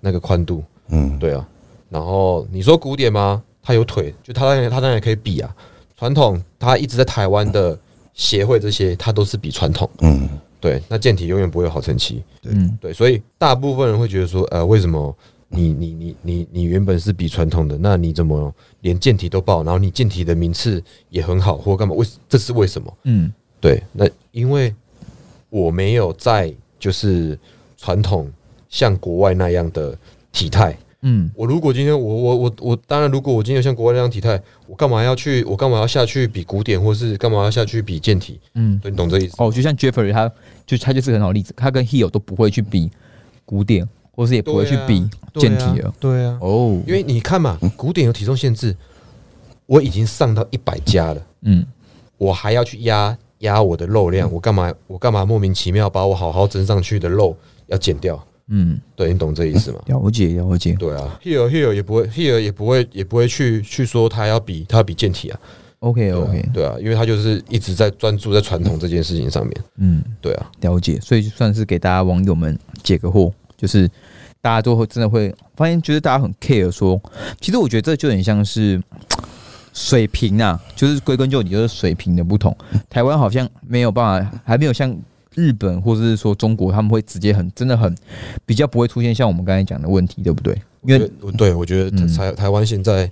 那个宽度，嗯，对啊，然后你说古典吗？他有腿，就他当然他当然可以比啊。传统他一直在台湾的协会这些，他都是比传统，嗯，对，那健体永远不会有好成绩。嗯对，所以大部分人会觉得说，呃，为什么你你你你你原本是比传统的，那你怎么连健体都报，然后你健体的名次也很好，或干嘛？为这是为什么？嗯对，那因为我没有在就是传统像国外那样的体态。嗯我如果今天我我我我，当然如果我今天有像国外那样体态，我干嘛要去？我干嘛要下去比古典，或是干嘛要下去比健体？嗯，对，你懂这意思？哦，就像 Jeffrey 他就他就是个很好的例子，他跟 Hill 都不会去比古典，或是也不会去比对健啊体了。对啊，哦，因为你看嘛，古典有体重限制，我已经上到一百家了，嗯，我还要去压压我的肉量，我干嘛？我干嘛莫名其妙把我好好增上去的肉要减掉？嗯，对你懂这意思吗？了解了解。对啊，Hill Hill 也不会，Hill 也不会，也不会去去说他要比他要比健体啊， OK 对啊 OK，对啊，因为他就是一直在专注在传统这件事情上面，嗯，对啊，了解。所以就算是给大家网友们解个惑，就是大家都会真的会发现，觉得大家很 care 说，其实我觉得这就很像是水平啊，就是归根究底就是水平的不同。台湾好像没有办法，还没有像。日本或者是说中国，他们会直接很真的很比较不会出现像我们刚才讲的问题，对不对？因为我对我觉得嗯台台湾现在，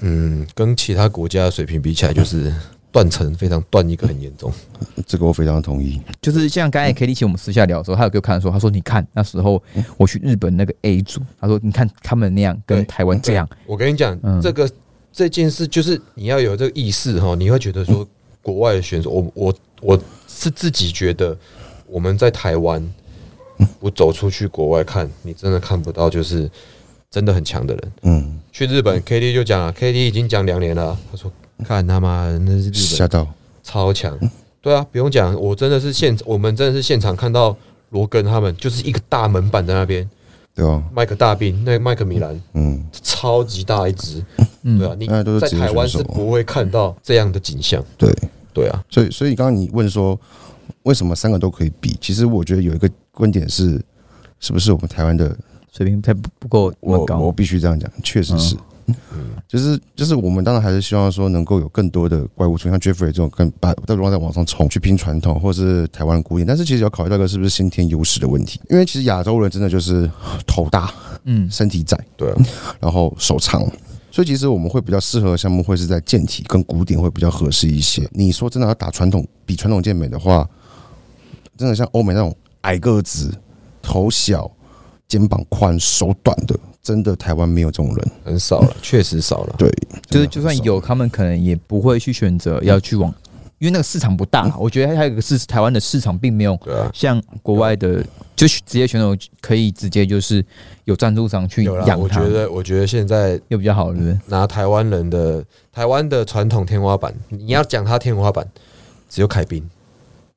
嗯，跟其他国家的水平比起来，就是断层非常断一个很严重，嗯这个我非常同意。就是像刚才 K D 其实我们私下聊的时候，他有给我看说，他说你看那时候我去日本那个 A 组，他说你看他们那样跟嗯对台湾这样，我跟你讲，嗯这个这件事就是你要有这个意识哈，你会觉得说国外的选手，我我我是自己觉得我们在台湾，我走出去国外看，你真的看不到就是真的很强的人。嗯，去日本，K D 就讲啊，K D 已经讲两年了啊，他说看他妈的那是日吓本到，超强，对啊，不用讲，我真的是现我们真的是现场看到罗根他们就是一个大门板在那边，对吧？麦克大兵，那个麦克米兰嗯，超级大一只，嗯对啊，你那哎都是在职业台湾是选手啊不会看到这样的景象，对。对啊，所以，所以刚刚你问说为什么三个都可以比，其实我觉得有一个观点是，是不是我们台湾的水平才不不够那我么我高。必须这样讲，确实是。 就是就是，我们当然还是希望说能够有更多的怪物出现，像 Jeffrey 这种跟把在往在往上冲，去拼传统或是台湾的古典，但是其实要考虑到一个是不是先天优势的问题，因为其实亚洲人真的就是 头大、嗯身体窄，对啊，然后手长，所以其实我们会比较适合的项目会是在健体跟古典会比较合适一些。你说真的要打传统，比传统健美的话，真的像欧美那种矮个子、头小、肩膀宽、手短的，真的台湾没有这种人。很少了，确实少了，对，就是就真的很算少有，他们可能也不会去选择要去往，因为那个市场不大。我觉得还有一个是台湾的市场并没有对啊，像国外的，就是职业选手可以直接就是有赞助商去有啦，养我它觉，得我觉得现在又比较好，对不对？拿台湾人的台湾的传统天花板，你要讲他天花板，只有凯宾，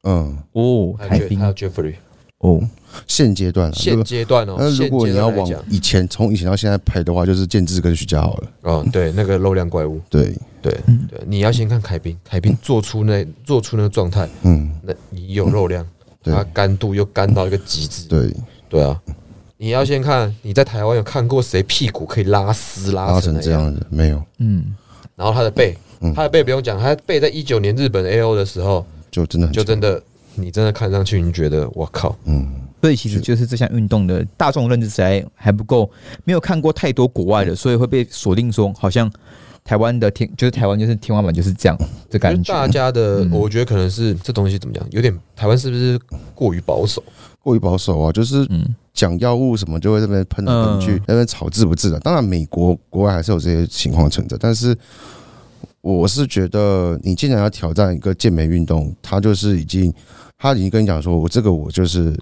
嗯，哦，还台有冰还有 Jeffrey，哦，现阶段了。如现果阶段哦，那如果现你阶要段来往讲以前从以前到现在排的话，就是建志跟徐家好了。哦，对，那个肉量怪物，对，对对，你要先看凯宾，凯宾做出那做出那个状态，嗯，那你有肉量，对它干度又干到一个极致，对，对啊，你要先看你在台湾有看过谁屁股可以拉丝拉拉成成那这样，样嗯子没有，嗯，然后他的背，他的背不用讲，他的背在一九年日本 A O 的时候，就真的很就真的你真的看上去，你觉得我靠，嗯，所以其实就是这项运动的大众认知实在还不够，没有看过太多国外的，所以会被锁定说好像台湾的天就是台湾就是天花板就是这样的感感觉大觉。家的，嗯我觉得可能是这东西怎么讲，有点台湾是不是过于保守？过于保守啊，就是嗯讲药物什么就会这边喷来喷去，嗯那边吵治不治的。当然，美国国外还是有这些情况存在，但是我是觉得，你既然要挑战一个健美运动，它就是已经，他已经跟你讲说，我这个我就是，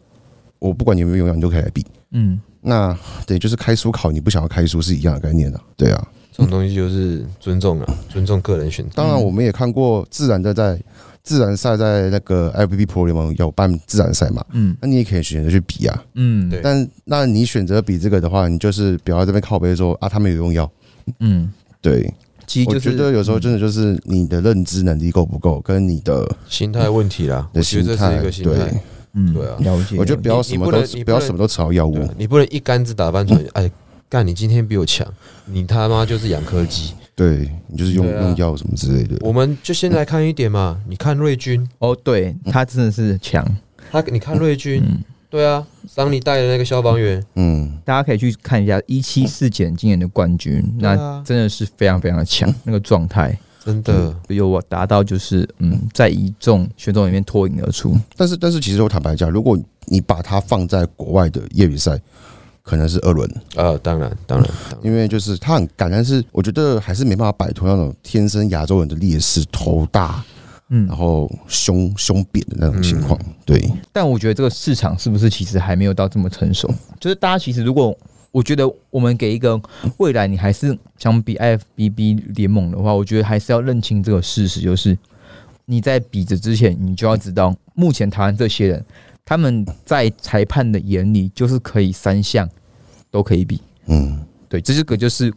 我不管你有没有用，你都可以来比。嗯，那等于就是开书考，你不想要开书是一样的概念的、对啊。这种东西就是尊重嗯啊，尊重个人选择。当然，我们也看过自然的在自然赛在那个 FBB Pro 联盟有办自然赛嘛，嗯那你也可以选择去比啊。嗯对但那你选择比这个的话，你就是不要在这边靠背说啊，他们有用药。嗯，对，其实我就觉是得有时候真的就是你的认知能力够不够，跟你的心态问题啦，的我觉心得这是态一个。心态对。，嗯，对啊了解。我觉得不了要解什么你不都能你不不要能什么都吃到药物对。啊，你不能一竿子打翻船。哎，干你今天比我强，你他妈就是养科技。对你就是用对啊用药什么之类的。我们就先来看一点嘛，你看瑞军，哦，对他真的是强，他你看瑞军，嗯对啊，桑尼带的那个消防员，嗯，大家可以去看一下一七四减今年的冠军，对啊嗯那真的是非常非常的强，那个状态真的，有达到就是嗯，在一众选手里面脱颖而出。但是但是其实我坦白讲，如果你把它放在国外的业余赛，可能是二轮，呃，当然，当然，当然，因为就是他很敢，但是我觉得还是没办法摆脱那种天生亚洲人的劣势，头大，嗯然，后胸胸扁的那种情嗯况。对，但我觉得这个市场是不是其实还没有到这么成熟？就是大家其实如果我觉得我们给一个未来，你还是想比 IFBB 联盟的话，我觉得还是要认清这个事实，就是你在比着之前，你就要知道，目前台湾这些人，他们在裁判的眼里就是可以三项都可以比，嗯，对，这个就是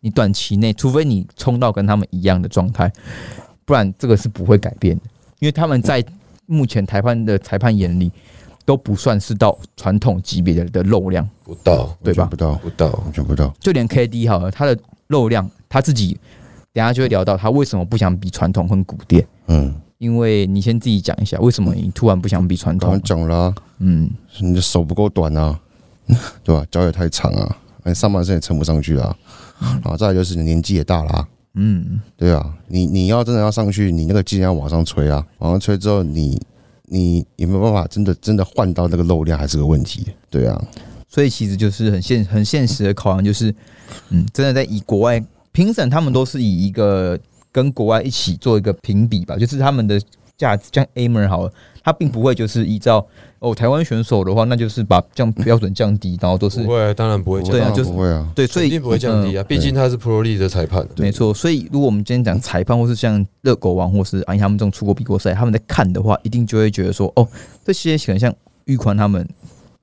你短期内，除非你冲到跟他们一样的状态，不然这个是不会改变的，因为他们在目前裁判的裁判眼里，都不算是到传统级别的的肉量，不到对吧完全不到，不到，完全不到，就连 KD 好了，他的肉量他自己，等一下就会聊到他为什么不想比传统跟古典，嗯，因为你先自己讲一下为什么你突然不想比传刚统刚，讲了啊、嗯，你的手不够短啊， 对吧、脚也太长啊，你上半身也撑不上去啊，然后再来就是你年纪也大啦、嗯，对啊，你你要真的要上去，你那个技能要往上吹啊，往上吹之后你，你有没有办法真的真的换到那个肉量还是个问题，对啊，所以其实就是很现很现实的考量，就是，嗯，真的在以国外评审，他们都是以一个跟国外一起做一个评比吧，就是他们的价值，像 Amer 好了，他并不会就是依照哦台湾选手的话，那就是把降标准降低，然后都是不会，当然不会我降对啊当然就是不会啊，对，所以嗯一定不会降低啊，毕竟他是 Pro League 的裁判，没错，所以如果我们今天讲裁判，或是像热狗王，或是安他们这种出国比过赛，他们在看的话，一定就会觉得说，哦，这些可能像玉宽他们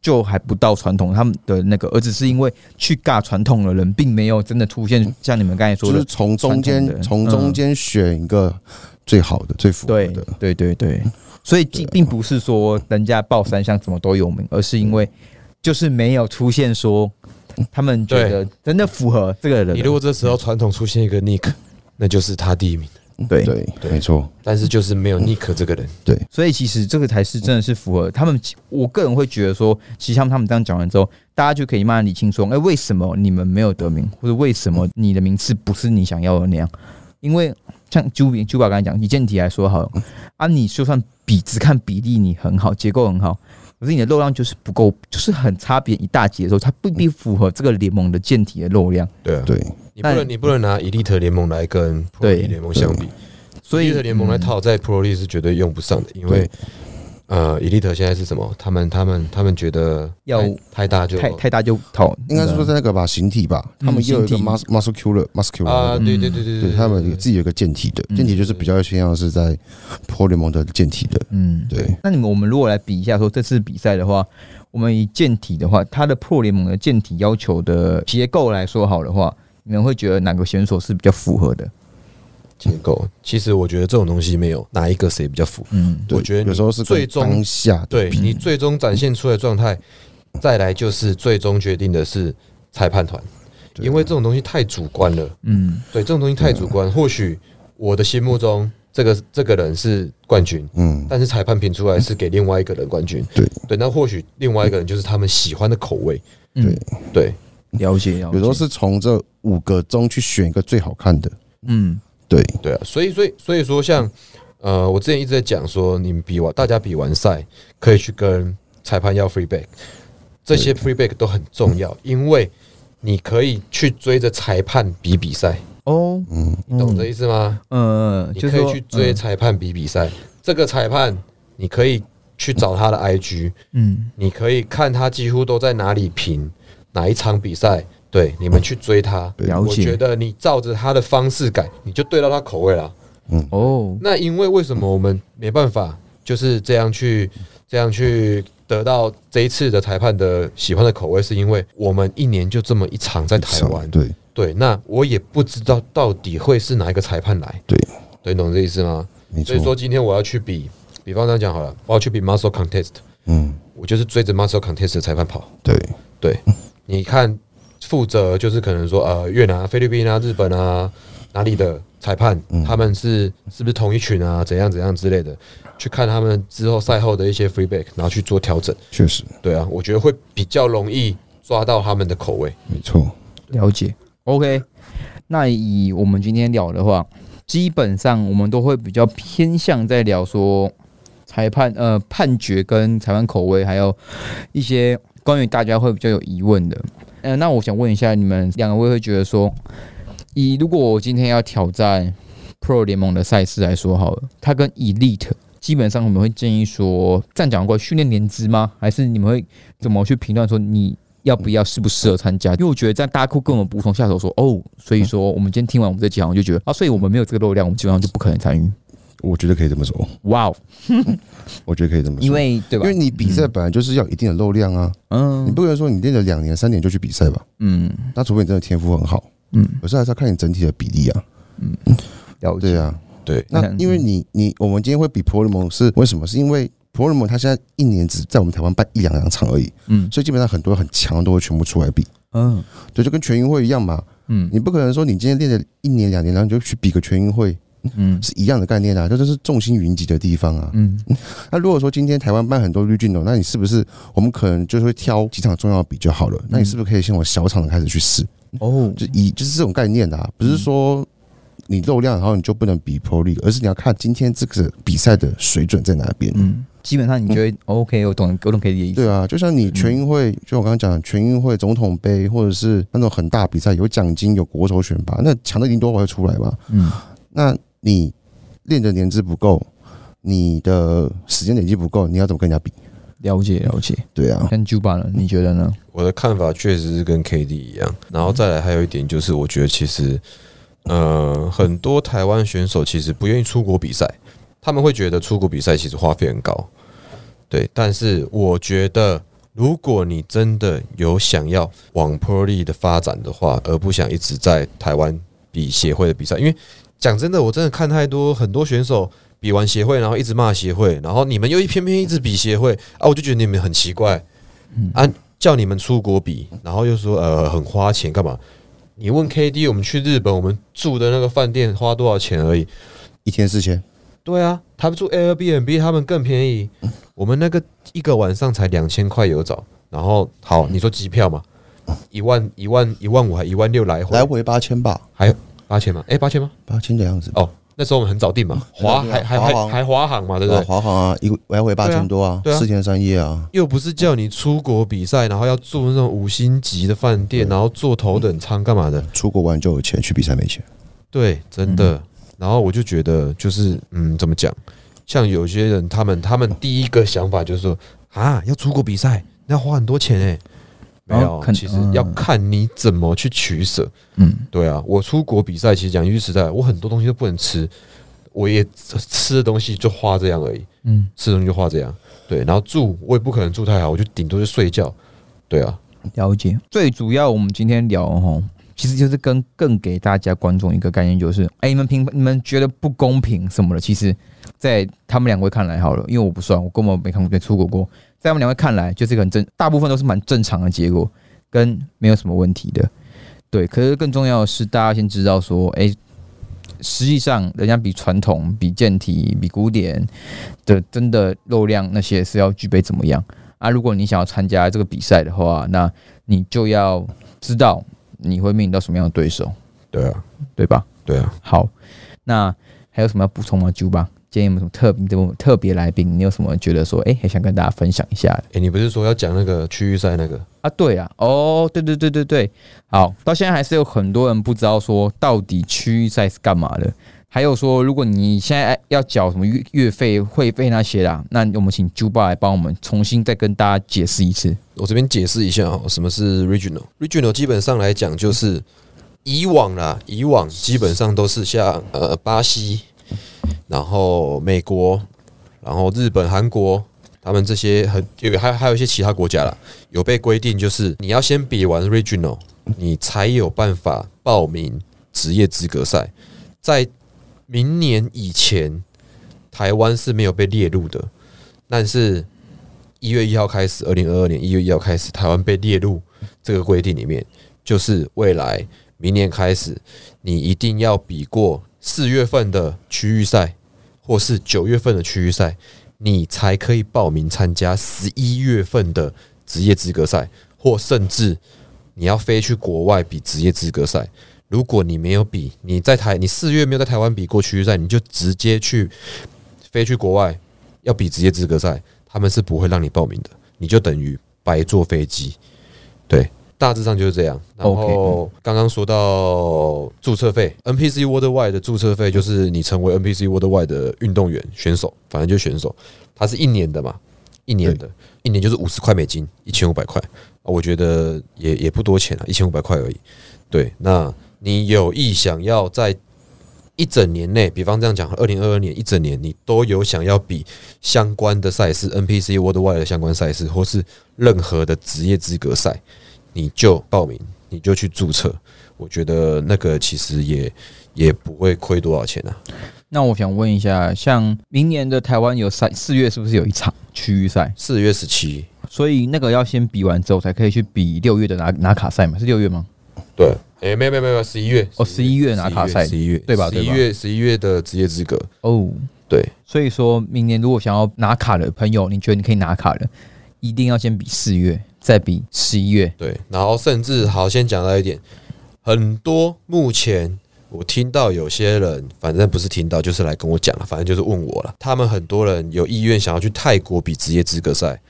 就还不到传统他们的那个，而只是因为去尬传统的人，并没有真的出现像你们刚才说就的，是从中传统间的嗯从中间选一个最好的、最符合对的，对对对，所以既并不是说人家报三项怎么都有名，而是因为就是没有出现说他们觉得真的符合这个人，你如果这时候传统出现一个 Nick，那就是他第一名，对对，没错，但是就是没有 Nick 这个人，所以其实这个才是真的是符合他们。我个人会觉得说，其实他们他们这样讲完之后，大家就可以慢慢理清说，哎、为什么你们没有得名，或者为什么你的名次不是你想要的那样？因为像朱比朱宝刚才讲，以健体来说好了啊，你就算比只看比例你很好，结构很好，可是你的肉量就是不够，就是很差别一大截的时候，它不必符合这个联盟的健体的肉量，对啊，对，你不能你不能拿 Elite 联盟来跟 Pro 对 League 联盟相比所以嗯，Elite 联盟来套在 Pro League 是绝对用不上的，因为呃，Elite 现在是什么？他们他们他们觉得要太太大就太太大就讨，应该是说在那个吧，形体吧，他们也有一嗯个形体 mus muscular muscular 啊，的对对对对嗯对他们有自己有一个健体的，嗯健体就是比较偏向是在 p o l y m o n 的健体的，嗯。对，那你们我们如果来比一下，说这次比赛的话，我们以健体的话，它的破联盟的健体要求的结构来说好的话，你们会觉得哪个选手是比较符合的？结构，其实我觉得这种东西没有哪一个谁比较符合。嗯，对我觉得你有时候是跟最终当下的对你最终展现出来的状态，再来就是最终决定的是裁判团，对因为这种东西太主观了。嗯，对，这种东西太主嗯观。或许我的心目中这个这个人是冠军，嗯，但是裁判评出来是给另外一个人冠军。对对，那或许另外一个人就是他们喜欢的口味。对，对，了解了解。有时候，是从这五个中去选一个最好看的，嗯对，对啊，所以所以所以说像，呃，我之前一直在讲说，你们比完大家比完赛，可以去跟裁判要 free back，这些 free back 都很重要，因为你可以去追着裁判比比赛，哦，嗯，嗯懂这意思吗？嗯，你就是可以说去追，裁判比比赛，这个裁判你可以去找他的 IG，嗯你可以看他几乎都在哪里评哪一场比赛，对，你们去追他。嗯，了我觉解。得你照着他的方式改，你就对到他口味了。哦，那因为为什么我们没办法就是这样去这样去得到这一次的裁判的喜欢的口味？是因为我们一年就这么一场在台湾，啊对对，那我也不知道到底会是哪一个裁判来，对，对，懂这意思吗？没所以说错，今天我要去比，比方这样讲好了，我要去比 muscle contest，嗯，我就是追着 muscle contest 的裁判跑，对，对，你看负责就是可能说呃越南、啊、菲律宾啊、日本啊哪里的裁判，他们是是不是同一群啊？怎样怎样之类的，去看他们之后赛后的一些 feedback，然后去做调整。确实对啊，我觉得会比较容易抓到他们的口味。没错，了解。OK，那以我们今天聊的话，基本上我们都会比较偏向在聊说裁判呃判决跟裁判口味，还有一些关于大家会比较有疑问的。嗯、那我想问一下你们两位会觉得说，以如果我今天要挑战 Pro 联盟的赛事来说好了，它跟 Elite。基本上我们会建议说，这样讲过训练年资吗？还是你们会怎么去评断说你要不要适不适合参加，因为我觉得这样大家会跟我们无从下手说哦，所以说我们今天听完我们这几行就觉得啊，所以我们没有这个肉量，我们基本上就不可能参与。我觉得可以这么说，哇哦，我觉得可以这么说，因为对因吧？为你比赛本来就是要有一定的肉量啊，你嗯不可能说你练了两年三年就去比赛吧？嗯那除非你真的天赋很好，嗯，可是还是要看你整体的比例啊。了对解。啊，对，那嗯因为你你我们今天会比婆罗门是为什么？是因为婆罗门他现在一年只在我们台湾办一两场而已，嗯所以基本上很多很强的都会全部出来比。嗯对，就跟全运会一样嘛，嗯你不可能说你今天练了一年两年，然后你就去比个全运会，嗯是一样的概念啊，这就是众星云集的地方啊。嗯那如果说今天台湾办很多绿镜头，那你是不是我们可能就会挑几场重要的比就好了？那你是不是可以先往小场的开始去试？哦，就以就是这种概念啊，不是嗯说你肉量然后你就不能比 Pro League，而是你要看今天这个比赛的水准在哪边。嗯，基本上你觉得 OK，我懂，我懂可以理解。对啊，就像你全运会，就我刚刚讲全运会、总统杯，或者是那种很大比赛，有奖金、有国手选拔，那强的一定都会出来吧？嗯那你练的年资不够，你的时间累积不够，你要怎么跟人家比？了解了解。对嗯啊，但 Juba 呢？你觉得呢？我的看法确实是跟 KD 一样，然后再来还有一点就是，我觉得其实，呃，很多台湾选手其实不愿意出国比赛，他们会觉得出国比赛其实花费很高，对。但是我觉得，如果你真的有想要往 Pro League 的发展的话，而不想一直在台湾比协会的比赛，因为讲真的，我真的看太多很多选手。比完协会，然后一直骂协会，然后你们又一偏偏一直比协会啊，我就觉得你们很奇怪啊！叫你们出国比，然后又说呃很花钱干嘛？你问 KD，我们去日本，我们住的那个饭店花多少钱而已？一天四千，对啊，他们住 Airbnb，他们更便宜。我们那个一个晚上才两千块有找，然后好，嗯你说机票嘛，一万一万一万五还一万六来回，来回八千吧，还有八千吗？哎、八千吗？八千的样子。哦，那时候我们很早订嘛，华对啊还还华还航还华航嘛，对不啊对？华航啊，一个来回八千多啊，对啊四天三夜啊，又不是叫你出国比赛，然后要住那种五星级的饭店，嗯然后坐头等舱干嘛的？出国玩就有钱，去比赛没钱。对，真的。然后我就觉得，就是嗯，怎么讲？像有些人，他们他们第一个想法就是说啊，要出国比赛，那要花很多钱哎、没有哦，看其实要嗯看你怎么去取舍。嗯对啊，我出国比赛，其实讲一句实在，我很多东西都不能吃，我也吃的东西就花这样而已，嗯，吃的东西就花这样。对，然后住我也不可能住太好，我就顶多就睡觉。对啊，了解。最主要我们今天聊哦，其实就是跟更给大家观众一个概念，就是哎、你们评你们觉得不公平什么的，其实，在他们两位看来好了，因为我不算，我根本没看过没出国过，在他们两位看来，就是一个很正，大部分都是蛮正常的结果，跟没有什么问题的。对，可是更重要的是，大家先知道说，哎、实际上人家比传统、比健体、比古典的真的肉量那些是要具备怎么样啊？如果你想要参加这个比赛的话，那你就要知道你会面临到什么样的对手，对啊，对吧？对啊。好，那还有什么要补充吗？九吧，今天有没有什么特别的特别来宾？你有什么觉得说，哎、还想跟大家分享一下的哎、你不是说要讲那个区域赛那个？啊？对啊，哦，对对对对对，好，到现在还是有很多人不知道说到底区域赛是干嘛的。还有说，如果你现在要缴什么月月费、会费那些啦，那我们请九爸来帮我们重新再跟大家解释一次。我这边解释一下哦，什么是 regional。regional 基本上来讲就是以往啦，以往基本上都是像呃巴西，然后美国，然后日本、韩国，他们这些很有还有还有一些其他国家啦，有被规定就是你要先比完 regional，你才有办法报名职业资格赛。在明年以前，台湾是没有被列入的，但是一月一号开始，二零二二年一月一号开始，台湾被列入这个规定里面，就是未来明年开始，你一定要比过四月份的区域赛，或是九月份的区域赛，你才可以报名参加十一月份的职业资格赛，或甚至你要飞去国外比职业资格赛。如果你没有比，你在台，你四月没有在台湾比过区域赛，你就直接去飞去国外要比职业资格赛，他们是不会让你报名的，你就等于白坐飞机。对，大致上就是这样。然 OK，后刚刚说到注册费，NPC Worldwide 的注册费就是你成为 NPC Worldwide 的运动员选手，反正就选手，它是一年的嘛，一年的，一年就是五十块美金，一千五百块，啊我觉得也也不多钱啊，一千五百块而已。对，那你有意想要在一整年内，比方这样讲，二零二二年一整年，你都有想要比相关的赛事，NPC Worldwide 的相关赛事，或是任何的职业资格赛，你就报名，你就去注册。我觉得那个其实也也不会亏多少钱啊。那我想问一下，像明年的台湾有赛，四月是不是有一场区域赛？四月十七，所以那个要先比完之后，才可以去比六月的拿拿卡赛嘛？是六月吗？对，诶，没有没有没有，十一月哦11月拿卡赛十一月对吧十对一吧月十一月的职业资格，哦，对，所以说明年如果想要拿卡的朋友，你觉得你可以拿卡的，一定要先比四月，再比十一月。对，然后甚至好，先讲到一点，很多目前我听到有些人，反正不是听到，就是来跟我讲了，反正就是问我了。他们很多人有意愿想要去泰国比职业资格赛。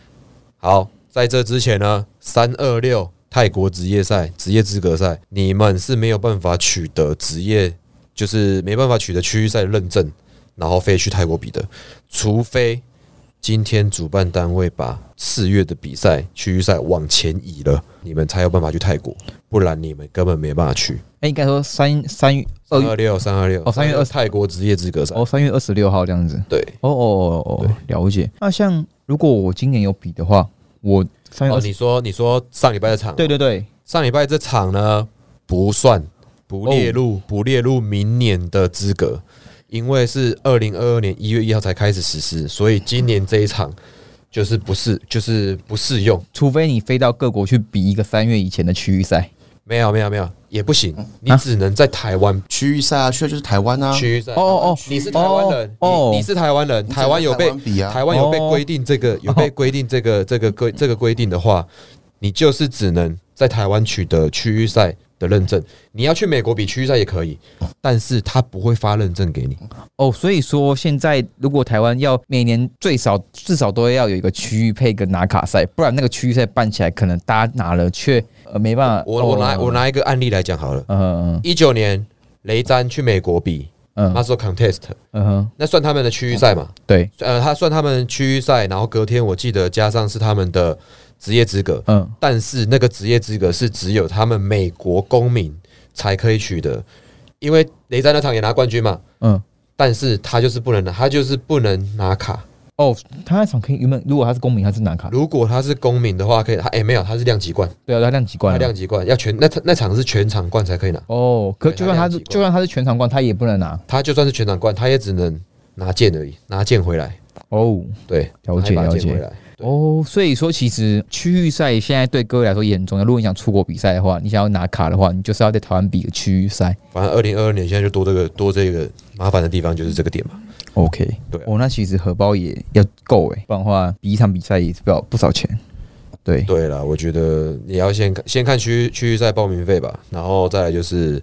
好，在这之前呢，三二六泰国职业赛、职业资格赛，你们是没有办法取得职业，就是没办法取得区域赛的认证，然后非去泰国比的，除非。今天主办单位把四月的比赛区域赛往前移了，你们才有办法去泰国，不然你们根本没办法去。那哎应该说三三月三二二六三二六哦3月20泰国职业资格赛，哦三月二十六号这样子。对，哦哦哦哦，了解。那像如果我今年有比的话，我三月哦，二十、你说你说上礼拜的场，对对对，上礼拜这场呢不算，不列入、哦不列入明年的资格，因为是二零二二年一月一号才开始实施，所以今年这一场就是不是就是不适用。除非你飞到各国去比一个三月以前的区域赛。没有没有没有，也不行，你啊只能在台湾区域赛啊，去的就是台湾啊，区域赛。哦哦哦，你是台湾人，哦你你是台湾人，你只能台湾有在被台湾比啊台湾有被哦规定这个有被规定这个这个规这个规定的话，你就是只能在台湾取得区域赛的认证。你要去美国比区域赛也可以，但是他不会发认证给你。哦，所以说现在如果台湾要每年最少至少都要有一个区域配一个拿卡赛，不然那个区域赛办起来，可能大家拿了却呃没办法。我我拿哦我拿一个案例来讲好了，嗯一九年雷詹去美国比嗯 Muscle Contest，嗯哼，那算他们的区域赛嘛？对，呃，他算他们区域赛，然后隔天我记得加上是他们的职业资格，嗯但是那个职业资格是只有他们美国公民才可以取得，因为雷战那场也拿冠军嘛，嗯。但是他就是不能拿，他就是不能拿卡。哦，他那场可以原本如果他是公民，他是拿卡，如果他是公民的话，可以，他诶没有，他是量级冠，对啊，他量级冠他啊。量级冠要全那那场是全场冠才可以拿，哦，可对就算他他量级是冠就算他是全场冠，他也不能拿。他就算是全场冠，他也只能拿剑而已，拿剑回来，哦对，了解拿一把了剑解回来。对哦，所以说其实区域赛现在对各位来说也很重要。如果你想出国比赛的话，你想要拿卡的话，你就是要在台湾比个区域赛。反正二零二二年现在就多这个多这个麻烦的地方就是这个点嘛。 OK，对啊哦，那其实荷包也要够诶，不然的话比一场比赛也是不少不少钱。对，对了，我觉得也要先看先看区域区域赛报名费吧，然后再来就是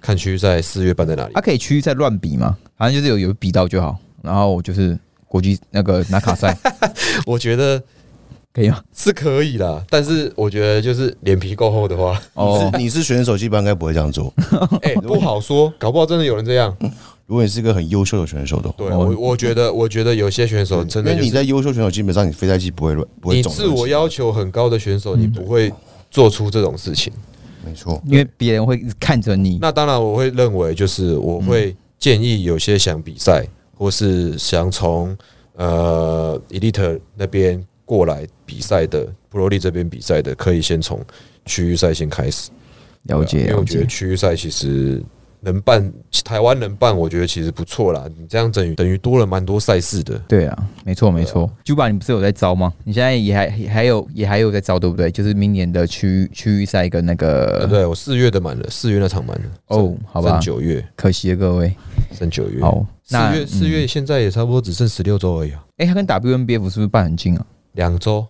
看区域赛四月办在哪里啊他、。可以区域赛乱比嘛，反正就是有有比到就好。然后我就是国际那个拿卡赛嗯我觉得可 以吗？是可以啦，但是我觉得就是脸皮够厚 的话，哦，你是选手，基本上应该不会这样做。哎、不好说，搞不好真的有人这样。如果你是一个很优秀的 选手的话，对我，我觉得我觉得有些选手真啊哦因的为就你是在优秀选手，基本上你飞在机不会乱，不会你中。自我要求很高的选手，你不会做出这种事情。没错，因为别人会一直看着你。那当然，我会认为就是我嗯会建议有些想比赛或是想从呃 Elite 那边过来比赛的 Pro l e 这边比赛的，可以先从区域赛先开始。啊了解因为了我觉解得。区域赛其实能办，台湾能办，我觉得其实不错啦。你这样等于等于多了蛮多赛事的。对啊，没错没错。j u b a 你不是有在招吗？你现在也还也还有也还有在招，对不对？就是明年的区域区域赛跟那呃，个对我四月的满了，四月那场满了。哦剩，好吧剩，九月，可惜了各位。剩九月。，好，四那嗯月四月现在也差不多只剩十六周而已啊，哎，他跟 WNBF 是不是办很近啊？两周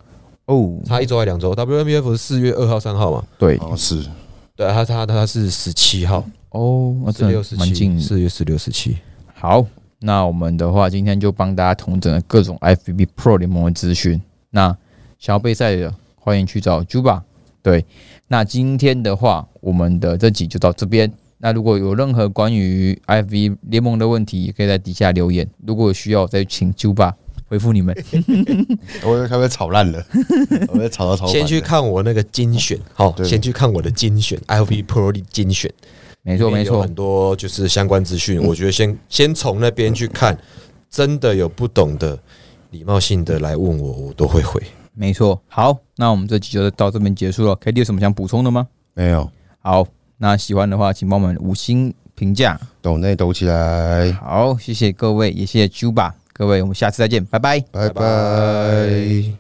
哦，差一周还两周。WNBF 是四月二号、三号嘛？对，哦是， 对，啊他他他是十七号，哦，那十真六的十蛮七，近。四月十六十七。好，那我们的话今天就帮大家统整了各种 FBB Pro 联盟的资讯。那想要备赛的，欢迎去找 Juba。对，那今天的话，我们的这集就到这边。那如果有任何关于 FV 联盟的问题，也可以在底下留言。如果有需要，再请 Juba 回回复你们。我会被吵烂了，我被吵到超烦的。先去看我那个精选，好，对先去看我的精选 LV Pro 的精选，没错，里面没有错嗯很，多就是相关资讯，我觉得先先从那边去看，真的有不懂的，礼貌性的来问我，我都会回。没错。好，那我们这集就到这边结束了。K D 有什么想补充的吗？没有，好，那喜欢的话，请帮我们五星评价。抖内抖起来，好，谢谢各位，也谢谢 Juba 各位，我们下次再见，拜拜。拜拜。